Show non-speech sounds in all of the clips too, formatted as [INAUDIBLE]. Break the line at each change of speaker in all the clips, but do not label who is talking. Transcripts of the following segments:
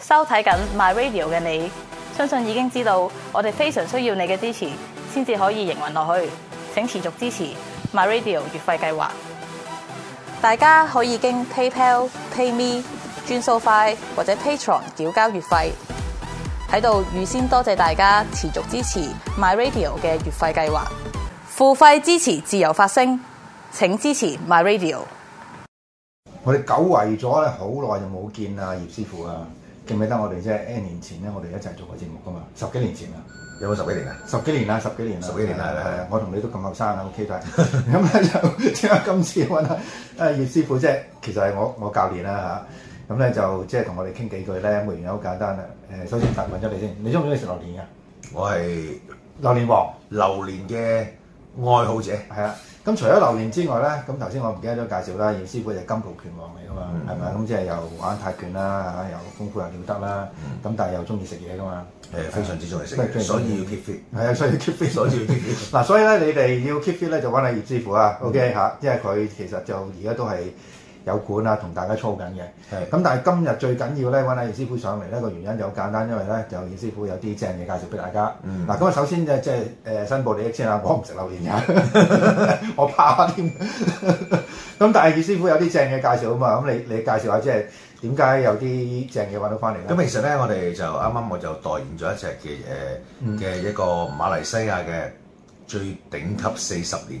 收睇緊 My Radio 嘅你，相信已經知道我哋非常需要你嘅支持，先至可以營運落去。請持續支持 My Radio 月費計劃。大家可以經 PayPal、PayMe、轉數快或者 Patreon 繳交月費。喺度預先多謝大家持續支持 My Radio 嘅月費計劃，付費支持自由發聲。請支持 My Radio。
我哋久違咗咧，好耐就冇見啦，葉師傅啊，記唔記得我哋即係 N 年前咧，我哋一齊做過節目噶嘛？十幾年前啊，
有冇十幾年啊？
十幾年啦，十幾年啦，
十幾年啦
係啊
係啊
係啊，我同你都咁後生啦，OK 都係。 [LAUGHS] 咁啊咧就點解今次揾啊啊葉師傅即係其實係我我教練啦嚇，咁咧就即係同我哋傾幾句咧，每樣好簡單啦。誒，首先問咗你先，你中唔中意食榴蓮啊？
我係
榴蓮王。
榴蓮嘅愛好者，
係啦。咁除咗榴蓮之外咧，咁頭先我唔記得咗介紹啦，葉師傅就係金蒲拳王嚟噶嘛，
嗯
係咪、咁即係又玩泰拳啦，嚇又功夫又了得啦，咁、但係又中意食嘢噶嘛。啊
誒嗯啊非常之中意食
非常之
嘢，所以要 keep fit， [LAUGHS]
係啊，所以 keep fit
所以要 keep fit。
嗱，所以咧你哋要 keep fit 咧就揾阿葉師傅
嗯
啊，OK 嚇、因為佢其實就而家都係有管啊，同大家操緊嘅。
係
咁但係今日最緊要咧揾阿葉師傅上嚟呢個原因就好簡單，因為咧就葉師傅有啲正嘢介紹俾大家。
嗯
嗱，咁啊首先就即係誒申報利益先啦，我唔食榴蓮㗎， [LAUGHS] 我怕添。咁但係葉師傅有啲正嘢介紹啊嘛，咁你你介紹下即係點解有啲正嘢揾到翻嚟咧？
咁其實咧，我哋就啱啱我就代言咗一隻嘅誒嘅一個馬來西亞嘅最頂級四十年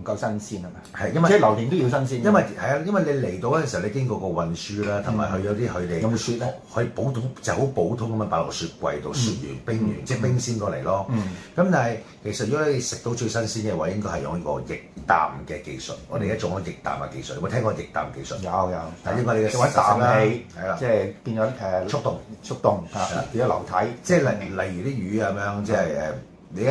唔夠新鮮啊嘛，
係因為
即係榴蓮都要新鮮㗎。
因為係啊，因為你嚟到嗰陣時候，你經過個運輸啦，同埋佢有啲佢哋
有冇雪咧？
佢普通就好普通咁樣擺啊落雪櫃度，雪完冰完，即係冰鮮過嚟咯。咁、
嗯
但係其實如果你食到最新鮮嘅話，應該係用呢個液氮嘅技術。我哋而家做緊液氮嘅技術，有冇聽過液氮技術？
嗯有有，
係應該你嘅
揾啖氣，
係啦
即係變咗誒
速凍，
速凍
係
嚇
啦，
變咗流體，
即係例
嗯
如例如啲魚啊咁樣，即係誒你一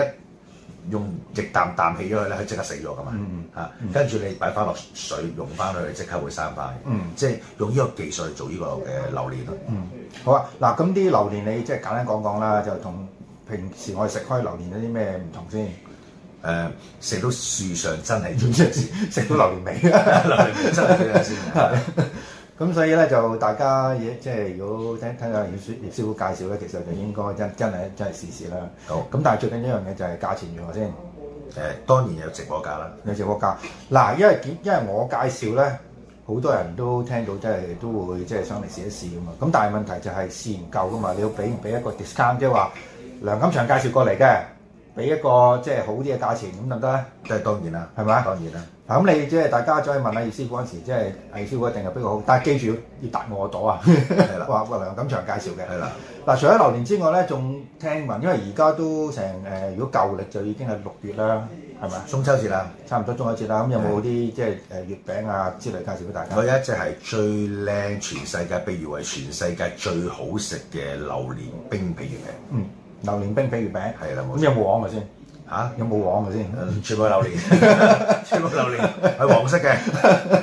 用液氮氮氣咗佢咧，佢即刻死咗噶嘛
嗯
嚇。跟住你擺翻落水溶翻佢，即刻會生翻。
嗯
即係用呢個技術去做呢個誒榴蓮咯。
嗯，好啊。嗱，咁啲榴蓮你即係簡單講講啦，就同平時我哋食開榴蓮有啲咩唔同先？
誒食到樹上真係最正先，
[LAUGHS] 食到榴蓮味 [LAUGHS] 啊！
真係最正先。啊
咁所以咧就大家嘢即係如果聽聽下葉師葉師傅介紹咧，其實就應該真真係真係試試啦。
好
咁但係最緊要一樣嘢就係價錢如何先？
誒呃當然有直播價啦，
有隻國家嗱，因為點？因為我介紹咧，好多人都聽到，即係都會即係想嚟試一試噶嘛。咁但係問題就係試唔夠噶嘛，你要俾唔俾一個 discount，即係話梁錦祥介紹過嚟嘅，俾一個即係好啲嘅價錢咁得唔得咧？
都係當然啦，
係咪啊
當然啦，
嗱，咁你即係大家再問下葉師傅嗰陣時，即係葉師傅一定係比較好，但係記住要答我朵啊！
啦
[LAUGHS] 話話梁錦祥介紹嘅。
係啦，
嗱，除咗榴蓮之外咧，仲聽聞，因為而家都成誒、呃如果舊歷就已經係六月啦，係咪啊？
中秋節啦，
差唔多中秋節啦，咁有冇啲即係誒月餅啊之類介紹俾大家
我？有一隻係最靚，全世界被譽為全世界最好食嘅榴蓮冰皮月餅，
嗯，榴蓮冰皮月餅，
係啦，冇
咁有冇黃嘅先？
嚇。
有冇黃嘅先？
誒全部係
[LAUGHS]
榴蓮，全部榴蓮係黃色嘅。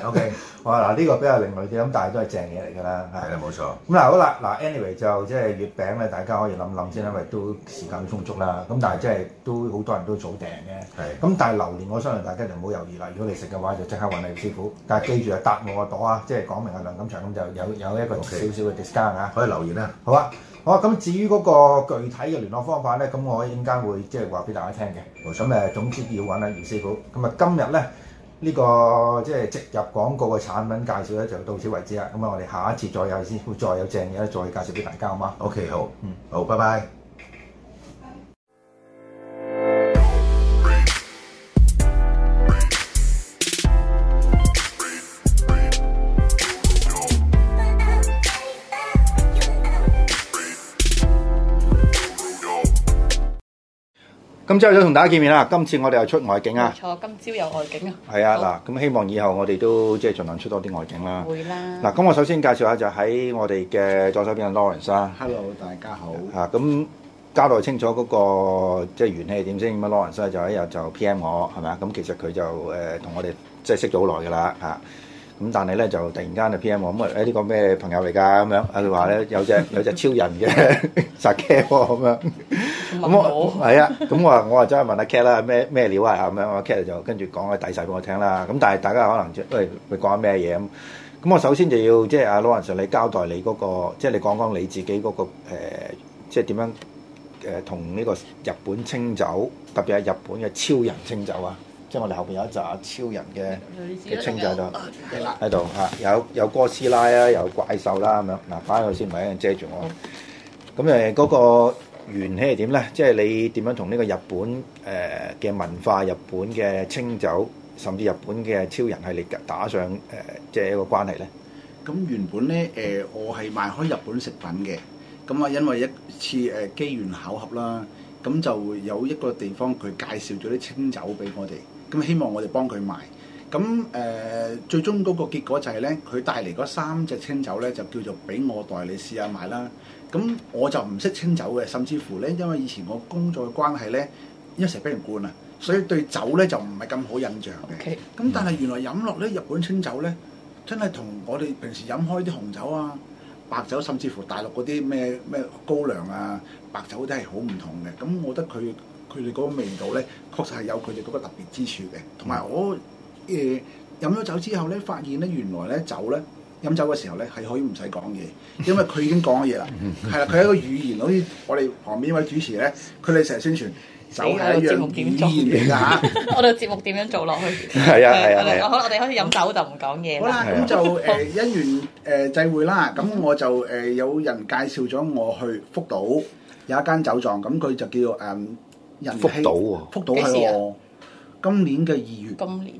OK，
哇！嗱，呢個比較另類啲，咁但係都係正嘢嚟㗎啦。
係
係
啦，冇錯。
咁嗱，好啦，嗱，anyway 就即係月餅咧，大家可以諗諗先，因為都時間都充足啦。咁但係即係都好多人都早訂嘅。
係
咁但係榴蓮，我相信大家就唔好猶豫啦。如果你食嘅話，就即刻揾你師傅。但係記住啊，搭我個朵啊，即係講明阿梁錦祥咁就有有一個
OK
少少嘅 discount 啊。
可以留言啦。
好啊，好啊。咁至於嗰個具體嘅聯絡方法咧，咁我一陣間會即係話俾大家聽嘅。
冇
咁
錯
誒，總之要揾阿袁師傅。咁啊，今日咧呢、個即係植入廣告嘅產品介紹咧，就到此為止啦。咁啊，我哋下一次再有師傅再有正嘢咧，再介紹俾大家好嗎？
OK，好
嗯，
好，拜拜。
咁之後就同大家見面啦。今次我哋又出外景
冇
啊，
錯，今朝有外景啊！
係啊，嗱，咁希望以後我哋都即係盡量出多啲外景啦。
會啦。
啊嗱，咁我首先介紹下就喺我哋嘅左手邊嘅 Lawrence 啦。
Hello，大家好。
啊，咁交代清楚嗰、個即係元氣係點先咁啊？Lawrence 咧就一日就 PM 我係咪啊？咁其實佢就誒同、我哋即係識咗好耐㗎啦嚇。咁但係咧就突然間就 P.M. 我咁啊，誒呢個咩朋友嚟㗎咁樣？啊佢話咧有隻有隻超人嘅 [LAUGHS] 殺 K 喎咁樣。咁我係啊，咁我話我話走去問阿 Cat 啦，咩咩料啊咁樣，阿 Cat 就跟住講個底細俾我聽啦。咁但係大家可能即喂你講緊咩嘢咁？咁我首先就要即係阿 Lawrence 你交代你嗰、個，即係你講講你自己嗰、個、呃、即係點樣誒同呢個日本清酒，特別係日本嘅超人清酒啊！即係我哋後邊有一紮超人嘅。嘅清就咗喺度啊，有有哥斯拉啦，有怪獸啦咁樣，嗱擺喺度先，唔係一樣遮住我。咁誒嗰個緣起係點咧？即係你點樣同呢個日本誒嘅文化、日本嘅清酒，甚至日本嘅超人系列打上誒即係一個關係咧？
咁原本咧誒、呃我係賣開日本食品嘅，咁啊因為一次誒、呃、機緣巧合啦，咁就有一個地方佢介紹咗啲清酒俾我哋，咁希望我哋幫佢賣。咁誒、呃最終嗰個結果就係咧，佢帶嚟嗰三隻清酒咧，就叫做俾我代理試下賣啦。咁我就唔識清酒嘅，甚至乎咧，因為以前我工作嘅關係咧，因為成日俾人灌啊，所以對酒咧就唔係咁好印象嘅。
OK，
咁但係原來飲落咧日本清酒咧，真係同我哋平時飲開啲紅酒啊、白酒，甚至乎大陸嗰啲咩咩高粱啊、白酒都係好唔同嘅。咁我覺得佢佢哋嗰個味道咧，確實係有佢哋嗰個特別之處嘅。同
嗯
埋我誒飲咗酒之後咧，發現咧原來咧酒咧。飲酒嘅時候咧，係可以唔使講
[LAUGHS]
嘢，因為佢已經講咗嘢啦。
嗯
係啦，佢係一個語言，好似我哋旁邊一位主持咧，佢哋成日宣傳酒係一
死啦節
樣
目
語
點做
言嚟㗎嚇。
[LAUGHS] 我哋節目點樣做落去？
係
dạ, Ờ,
啊係啊係
我
啊！
可能我哋開始飲酒就唔講嘢
好
啦。
啦，
係啊
咁就
[LAUGHS]
呃誒因緣誒際呃會啦，咁我就誒有人介紹咗我去福島有一間酒莊，咁佢就叫做誒人
福
氣
島喎
福島係
幾時
喎，今年嘅啊二月。
今年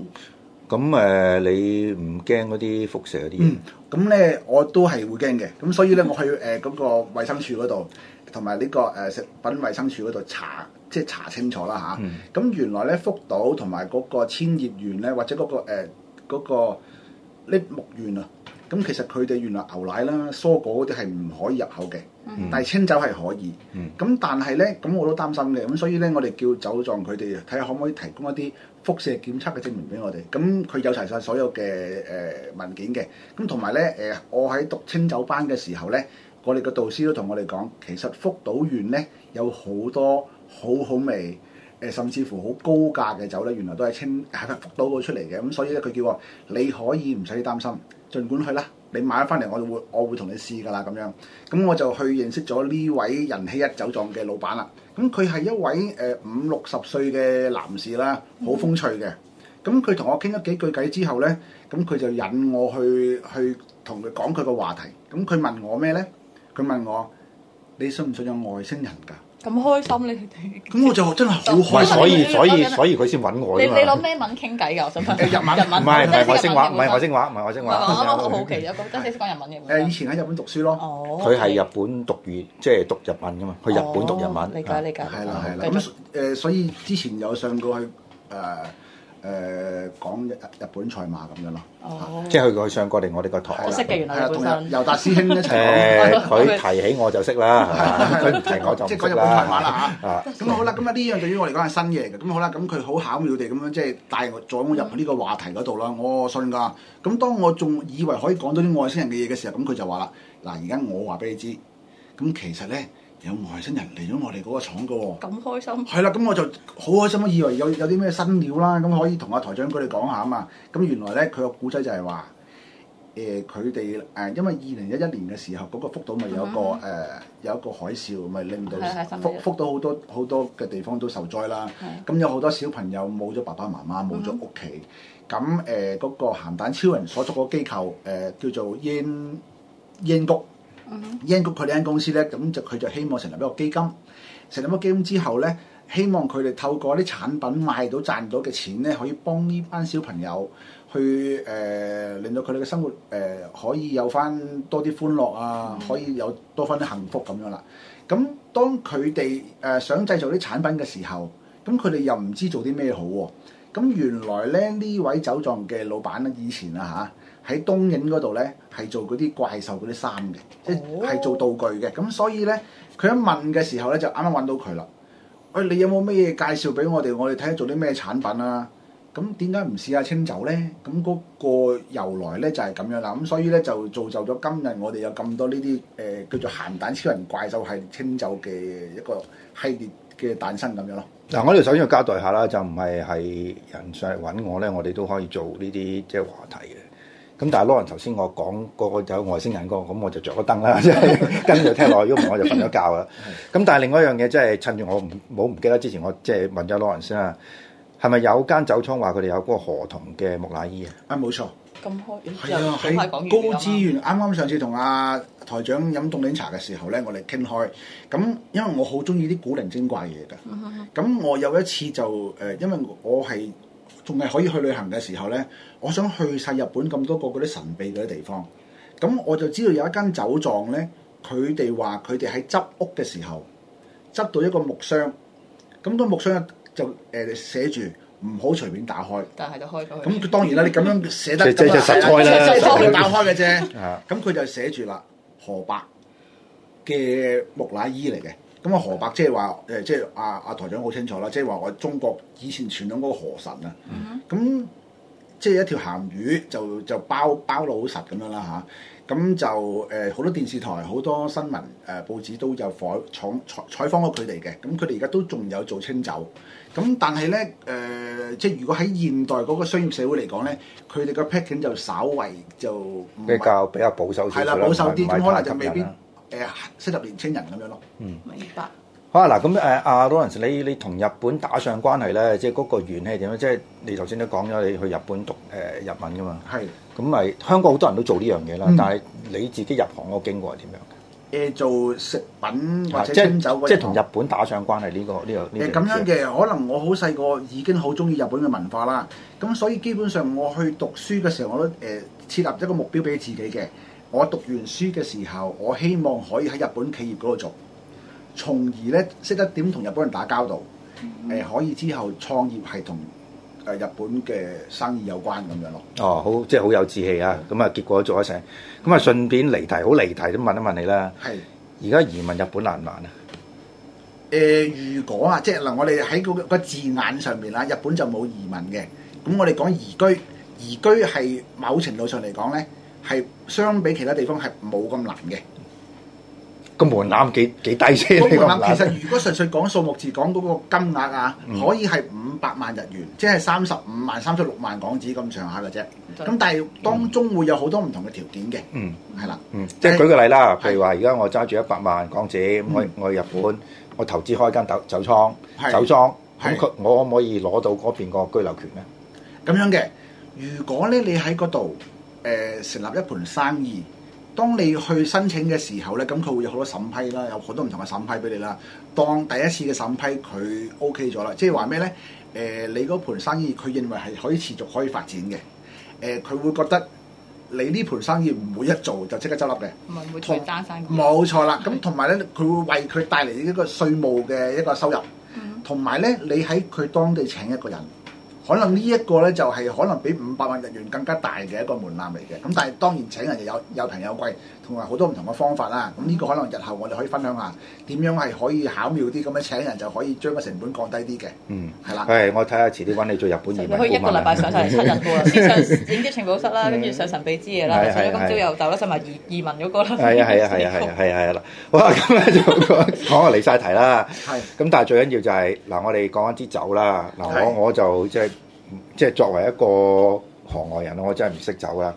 咁誒你唔驚嗰啲輻射嗰啲嘢
嗯？，咁咧我都係會驚嘅，咁所以咧我去誒嗰個衞生署嗰度，同埋呢個誒食品衞生署嗰度查，即係查清楚啦
嗯
吓，咁、原來咧福島同埋嗰個千葉縣咧，或者嗰、個誒嗰、個栃木縣啊，咁其實佢哋原來牛奶啦、蔬果嗰啲係唔可以入口嘅，但係清酒係可以。
嗯
咁、但係咧，咁我都擔心嘅，咁所以咧我哋叫酒莊佢哋睇下可唔可以提供一啲輻射檢測嘅證明俾我哋。咁佢有齊晒所有嘅誒、呃文件嘅。咁同埋咧誒，我喺讀清酒班嘅時候咧，我哋個導師都同我哋講，其實福島縣咧有好多好好味。誒甚至乎好高價嘅酒咧，原來都係清係福島嗰出嚟嘅，咁所以咧佢叫我你可以唔使擔心，儘管去啦，你買咗翻嚟我會我會同你試㗎啦咁樣。咁我就去認識咗呢位人氣一酒莊嘅老闆啦。咁佢係一位誒五六十歲嘅男士啦，好風趣嘅。咁佢同我傾咗幾句偈之後咧，咁佢就引我去去同佢講佢個話題。咁佢問我咩咧？佢問我你信唔信有外星人㗎？
咁開心你哋。
咁我就真係
唔
好
係，
開心。
所以所以所以佢先揾我
你
啫
你
嘛。
攞咩文傾偈㗎？我想問。
誒日文
日
唔
文
係唔係外星
話，
話，唔係外
話。
星話，唔係外星
唔係我
Vâng,
啱啱好好
話。
奇，有咁真係識講日文嘅
誒以
本身。
前喺日本讀書咯，
哦，
佢係日本讀語，即係讀日文噶嘛。去日本讀日
哦
文。
理解理解。
係啦係啦。
哦繼續
咁誒所以之前有上過去誒誒講日日本賽馬咁樣咯。
哦，
即係佢佢上過嚟我哋個
係啦
台
我。識嘅原來
係啦
佢本
同
身
尤達師兄一齊講。
[LAUGHS] 誒，
哦
佢提起我就識啦，係嘛佢唔提我就唔
即係講
識
日本文
啦。
化啦
啊，
嚇。咁好啦，咁啊呢樣對於我嚟講係新嘢嘅。咁好啦，咁佢好巧妙地咁樣即係帶我再我入呢個話題嗰度啦。我信㗎。咁當我仲以為可以講到啲外星人嘅嘢嘅時候，咁佢就話啦：嗱，而家我話俾你知，咁其實咧有外星人嚟咗我哋嗰個廠㗎喎。
咁開心。
係啦，咁我就好開心啊！以為有有啲咩新料啦，咁可以同阿台長佢哋講下啊嘛。咁原來咧，佢個古仔就係話，誒佢哋誒，因為二零一一年嘅時候，嗰、個福島咪有一個誒、有一個海嘯，咪令到
嗯係係深
福
夜
福島好多好多嘅地方都受災啦。
係嗯
咁有好多小朋友冇咗爸爸媽媽，冇咗屋企。咁誒嗰個鹹蛋超人所屬嗰個機構誒、呃叫做英英谷。
嗯
英谷佢呢間公司咧，咁就佢就希望成立一個基金，成立一個基金之後咧，希望佢哋透過啲產品賣到賺到嘅錢咧，可以幫呢班小朋友去誒、呃令到佢哋嘅生活誒、呃可以有翻多啲歡樂啊，可以有多翻啲幸福咁樣啦。咁當佢哋誒想製造啲產品嘅時候，咁佢哋又唔知做啲咩好喎、咁原來咧呢位酒莊嘅老闆咧，以前啊嚇喺東影嗰度咧係做嗰啲怪獸嗰啲衫嘅，即
哦
係做道具嘅。咁所以咧，佢一問嘅時候咧就啱啱揾到佢啦。喂，你有冇咩嘢介紹俾我哋？我哋睇下做啲咩產品啊？咁點解唔試下清酒咧？咁嗰個由來咧就係咁樣啦。咁所以咧就造就咗今日我哋有咁多呢啲誒叫做鹹蛋超人怪獸係清酒嘅一個系列嘅誕生咁樣咯。
嗱，我哋首先要交代下啦，就唔係係人上嚟揾我咧，我哋都可以做呢啲即係話題嘅。咁但係 Lauren 頭先我講嗰個有外星人嗰個，咁我就着咗燈啦，即係跟住聽落去，如果唔係我就瞓咗覺啦。咁但係另外一樣嘢，即係趁住我唔冇唔記得之前，我即係問咗 Lauren 先啦，係咪有間酒廠話佢哋有嗰個河童嘅木乃伊啊？
啊，冇錯。
咁開
係啊，喺高資源啱啱上次同阿台長飲凍檸茶嘅時候咧，我哋傾開，咁因為我好中意啲古靈精怪嘢㗎，咁我有一次就誒、呃因為我係仲係可以去旅行嘅時候咧，我想去晒日本咁多個嗰啲神秘嗰啲地方，咁我就知道有一間酒莊咧，佢哋話佢哋喺執屋嘅時候執到一個木箱，咁個木箱就誒、呃、寫住唔好隨便打開。
但係就開咗
咁當然啦，你咁樣寫得
即係即係實開啦
即係實開爆開嘅啫。
啊，
咁佢就寫住啦，河伯嘅木乃伊嚟嘅。咁啊，河伯即係話誒，即係阿阿台長好清楚啦，即係話我哋中國以前傳統嗰個河神啊。咁、即係一條鹹魚就就包包到好實咁樣啦吓，咁、就誒好、多電視台、好多新聞誒、報紙都有訪採採採訪過佢哋嘅。咁佢哋而家都仲有做清酒。咁但係咧誒，即係如果喺現代嗰個商業社會嚟講咧，佢哋個 packing 就稍為就唔
比
係
較比較保守少少
係啦，
啦
保守
唔
啲，
係
咁
唔
可
係
能就
太
未
吸
必
引啊
誒
啦
適合年青人咁樣咯。
明白。
好啊，嗱，咁誒阿 Lawrence，你你同日本打上關係咧，即係嗰個緣起點咧？即係你頭先都講咗，你去日本讀誒、呃日文噶嘛？
係
咁咪香港好多人都做呢樣嘢啦，
嗯
但係你自己入行嗰個經過係點樣
誒做食品
嘅？
或者
啊即
清酒嗰
係
啲
即係同日本打上關係呢、個呢、個呢
誒
條
咁樣
線
嘅，可能我好細個已經好中意日本嘅文化啦。咁所以基本上我去讀書嘅時候，我都誒、設立一個目標俾自己嘅。我讀完書嘅時候，我希望可以喺日本企業嗰度做，從而咧識得點同日本人打交道。誒、
嗯
可以之後創業係同誒日本嘅生意有關咁樣咯。
哦，好即係好有志氣啊！咁啊，結果做得成，咁啊順便離題，好離題咁問一問你啦。
係。
而家移民日本難唔難啊？
誒、如果啊，即係嗱，我哋喺嗰個個字眼上面啦，日本就冇移民嘅。咁我哋講移居，移居係某程度上嚟講咧，係相比其他地方係冇咁難嘅。
個門檻幾幾低先？
個
呢
門
個
檻其實如果純粹講數目字，講嗰個金額啊，可以係五百萬日元，即係三十五萬、三十六萬港紙咁上下嘅啫。咁但係當中會有好多唔同嘅條件嘅，
嗯。
係啦。
嗯，即係舉個例啦，譬如話而家我揸住一百萬港紙，咁我我去日本，我投資開間酒酒倉，
係
酒莊，咁
係
佢我可唔可以攞到嗰邊個居留權咧？
咁樣嘅。如果咧你喺嗰度呃誒成立一盤生意，當你去申請嘅時候咧，咁佢會有好多審批啦，有好多唔同嘅審批俾你啦。當第一次嘅審批佢 OK 咗啦，即係話咩咧？誒、你嗰盤生意佢認為係可以持續可以發展嘅，誒、佢會覺得你呢盤生意唔會一做就即刻執笠嘅。
唔係會
同
轉單身嘅
冇錯啦，咁同埋咧，佢會為佢帶嚟一個稅務嘅一個收入，同埋咧，你喺佢當地請一個人，可能呢一個咧就係可能比五百萬日元更加大嘅一個門檻嚟嘅。咁但係當然請人就有有平有貴，同埋好多唔同嘅方法啦。咁呢個可能日後我哋可以分享下點樣係可以巧妙啲咁樣請人就可以將個成本降低啲嘅，
[LAUGHS]
嗯，
係啦。
係，我睇下遲啲揾你做日本移民
你可以一個
顧問啊啦
禮拜上晒七日嘅
[LAUGHS]
喎，先上影啲情報室啦，跟住上神秘之夜啦，
嗯係啊
上咗
係
今朝又走啦，上埋移移民嗰個啦。
係啊係啊係啊係啊係啊
[LAUGHS]
係啦，哇！咁咧就講講我離晒題啦。
係
咁但係最緊要就係嗱，我哋講一支酒啦。嗱，
係
我我就即係即係作為一個行外人，我真係唔識酒啦。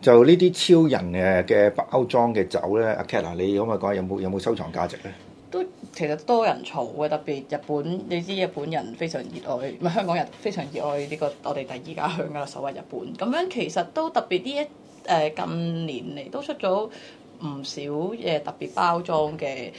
就呢啲超人嘅嘅包裝嘅酒咧，阿 Cat 啊，你可唔可以講下有冇有冇收藏價值咧？
[LAUGHS] 都其實多人嘈嘅，特別日本，你知日本人非常熱愛，唔係香港人非常熱愛呢個我哋第二家鄉噶啦，所謂日本。咁樣其實都特別呢一誒、呃近年嚟都出咗唔少嘢特別包裝嘅。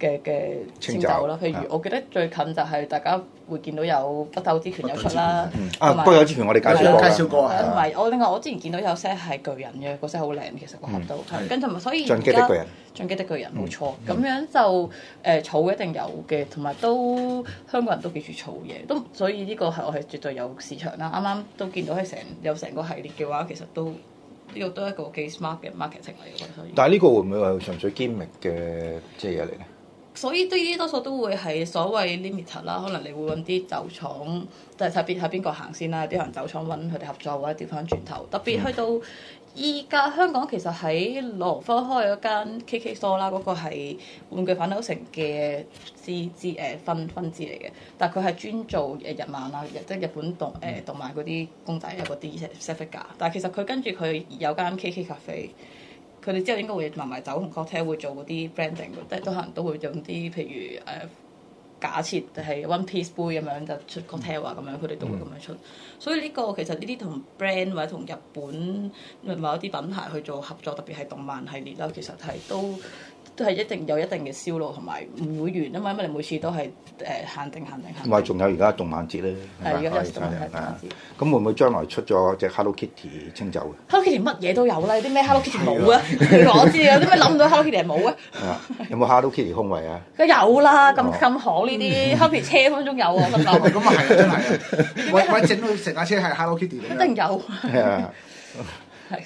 嘅嘅
清
清
酒
酒啦，譬
啊
如我記得最近就係大家會見到有北斗之拳有出啦，
啊，
同
不
埋
過有之前我哋介紹過
我
啦
哋介紹過
係啊
係
同
啊
埋我另外我之前見到有 set 係巨人嘅，個 set 好靚，其實個盒都
嗯係
跟同埋所以
進擊的巨人，嗯
進擊的巨人冇錯，咁樣就誒儲一定有嘅，同埋都香港人都幾中意儲嘢，都所以呢個係我係絕對有市場啦。啱啱都見到係成有成個系列嘅話，其實都呢個都係一個幾 smart 嘅 marketing 嚟嘅，所以
但係呢個會唔會係純粹 gimmick 嘅即係嘢嚟咧？
所以呢啲多數都會係所謂 limit 啦，可能你會揾啲酒廠，即係睇邊睇邊個行先啦。有啲可能酒廠揾佢哋合作，或者調翻轉頭。特別去到依家香港，其實喺羅湖坊開咗間 KK store 啦，嗰個係玩具反斗城嘅支支誒分分支嚟嘅，但係佢係專做誒日漫啦，日即係日本動誒、呃、動漫嗰啲公仔啊嗰啲 set figure。但係其實佢跟住佢有間 KK 咖啡。佢哋之後應該會賣埋酒同 cocktail 會做嗰啲 branding，即係都可能都會用啲譬如誒、呃、假設就係 One Piece 杯咁樣就出 cocktail 啊咁樣，佢哋都會咁樣
嗯
出。所以呢個其實呢啲同 brand 或者同日本某一啲品牌去做合作，特別係動漫系列啦，其實係都。都係一定有一定嘅銷路同埋唔會完啊嘛，因為你每次都係誒、呃限定限定限
唔係，
定。
仲有而家動漫節咧，
係而家有
係
動漫節
係咁會唔會將來出咗只 Hello Kitty 清酒
Hello Kitty 乜嘢都有啦，有啲咩 Hello Kitty 冇
[LAUGHS]
啊？原來我知有啲咩諗唔到 Hello Kitty 係冇啊？
嘅？啊，有冇 Hello Kitty 空位啊？
梗有啦，咁
哦
咁行呢
[LAUGHS]
啲 Hello Kitty 車分鐘有啊，咁
係咪
講
咁啊？係啊，
[LAUGHS]
真係啊！喂喂，整到成架車係 Hello Kitty 咁
一
樣
定。有。 [LAUGHS]
係啊，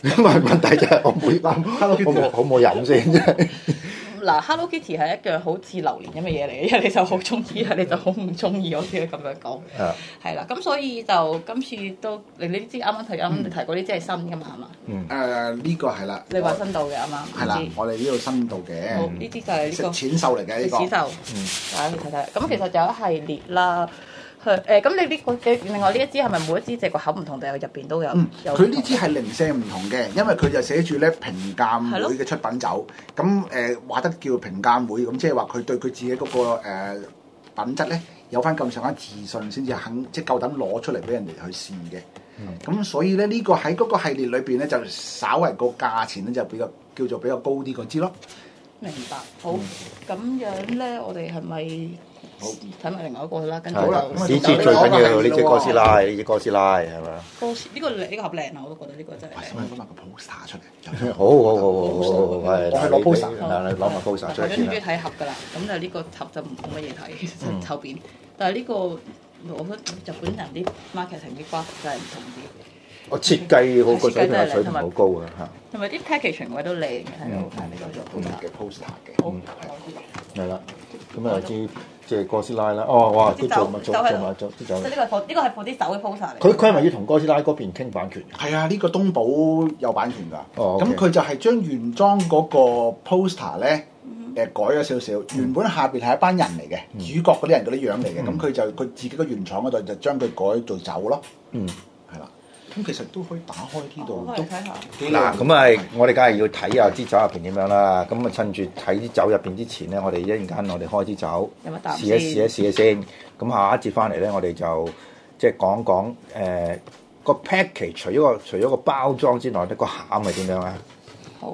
咁啊問題就係我每晚
Hello
好
Kitty
冇好冇飲先啫。
嗱，Hello Kitty 係一樣好似榴蓮咁嘅嘢嚟嘅，一係你就好中意，一係你就好唔中意，我只可以咁樣講。
啊，
係啦，咁所以就今次都你呢啲啱啱提啱啱
嗯
你提嗰啲即係新噶嘛，係嘛？
誒呢個係啦，
你話新到嘅啱啱？
係啦
呢，啲
我哋呢度深度嘅，
好呢啲就係呢
食
個。
淺秀嚟嘅呢
歷史
個。嗯
就大家去睇睇。咁其實有一系列啦，佢誒咁你呢個嘅另外呢一支係咪每一支隻個口唔同，定係入邊都有？
嗯，
有
佢呢支係零舍唔同嘅，因為佢就寫住咧評鑑
係咯
會嘅出品酒，咁誒話得叫評鑑會，咁即係話佢對佢自己嗰、個、呃、品質咧有翻咁上下自信，先至肯即係夠膽攞出嚟俾人哋去試嘅。咁、所以咧呢、個喺嗰個系列裏邊咧，就稍為個價錢咧就比較叫做比較高啲嗰支咯。
明白。好，咁樣咧，我哋係咪
好
睇埋另外一個啦？跟住
係
好啦
啦
咁
就
啊
史節最緊要呢只哥斯拉，呢只哥斯拉係咪啊？
歌呢個呢個合靚啊，我都覺得呢個真係
喂，
靚
想。揾埋個 poster 出嚟，
好好好好好好，係
我去攞 poster
嗱你攞埋 poster 出
大家最
嚟先
中意
啦。
睇盒㗎啦，咁就呢個盒就冇乜嘢 [LAUGHS] 睇，其實後邊。但係呢個我覺得日本人啲 marketing 啲瓜真係唔同啲，
我設計好個水平，水平好高啊嚇。
同埋啲 packaging 位都靚嘅，睇到睇呢個
本
做
人嘅 poster 嘅。
好，
係啦，咁啊知即係哥斯拉啦。哦，哇，佢做埋做做埋做
即係呢個係 for 呢個係 for 啲手嘅 poster 嚟。
佢佢係咪要同哥斯拉嗰邊傾版權㗎？
係啊，呢、個東寶有版權㗎。
哦，OK
咁佢就係將原裝嗰個 poster 咧，誒、改咗少少。原本下邊係一班人嚟嘅，
嗯
主角嗰啲人嗰啲樣嚟嘅。咁佢、就佢自己個原廠嗰度就將佢改做酒咯。
嗯，
係啦。咁其實都可以打開呢度
我
都
嚟睇下。
幾
嗱，
難
咁啊，我哋梗係要睇下支酒入邊點樣啦。咁啊，趁住睇啲酒入邊之前咧，我哋一陣間我哋開支酒，
有冇答
試一試一試一先。咁下一節翻嚟咧，我哋就即係講講誒個 package，除咗個除咗個包裝之外，呢個餡係點樣啊？
好，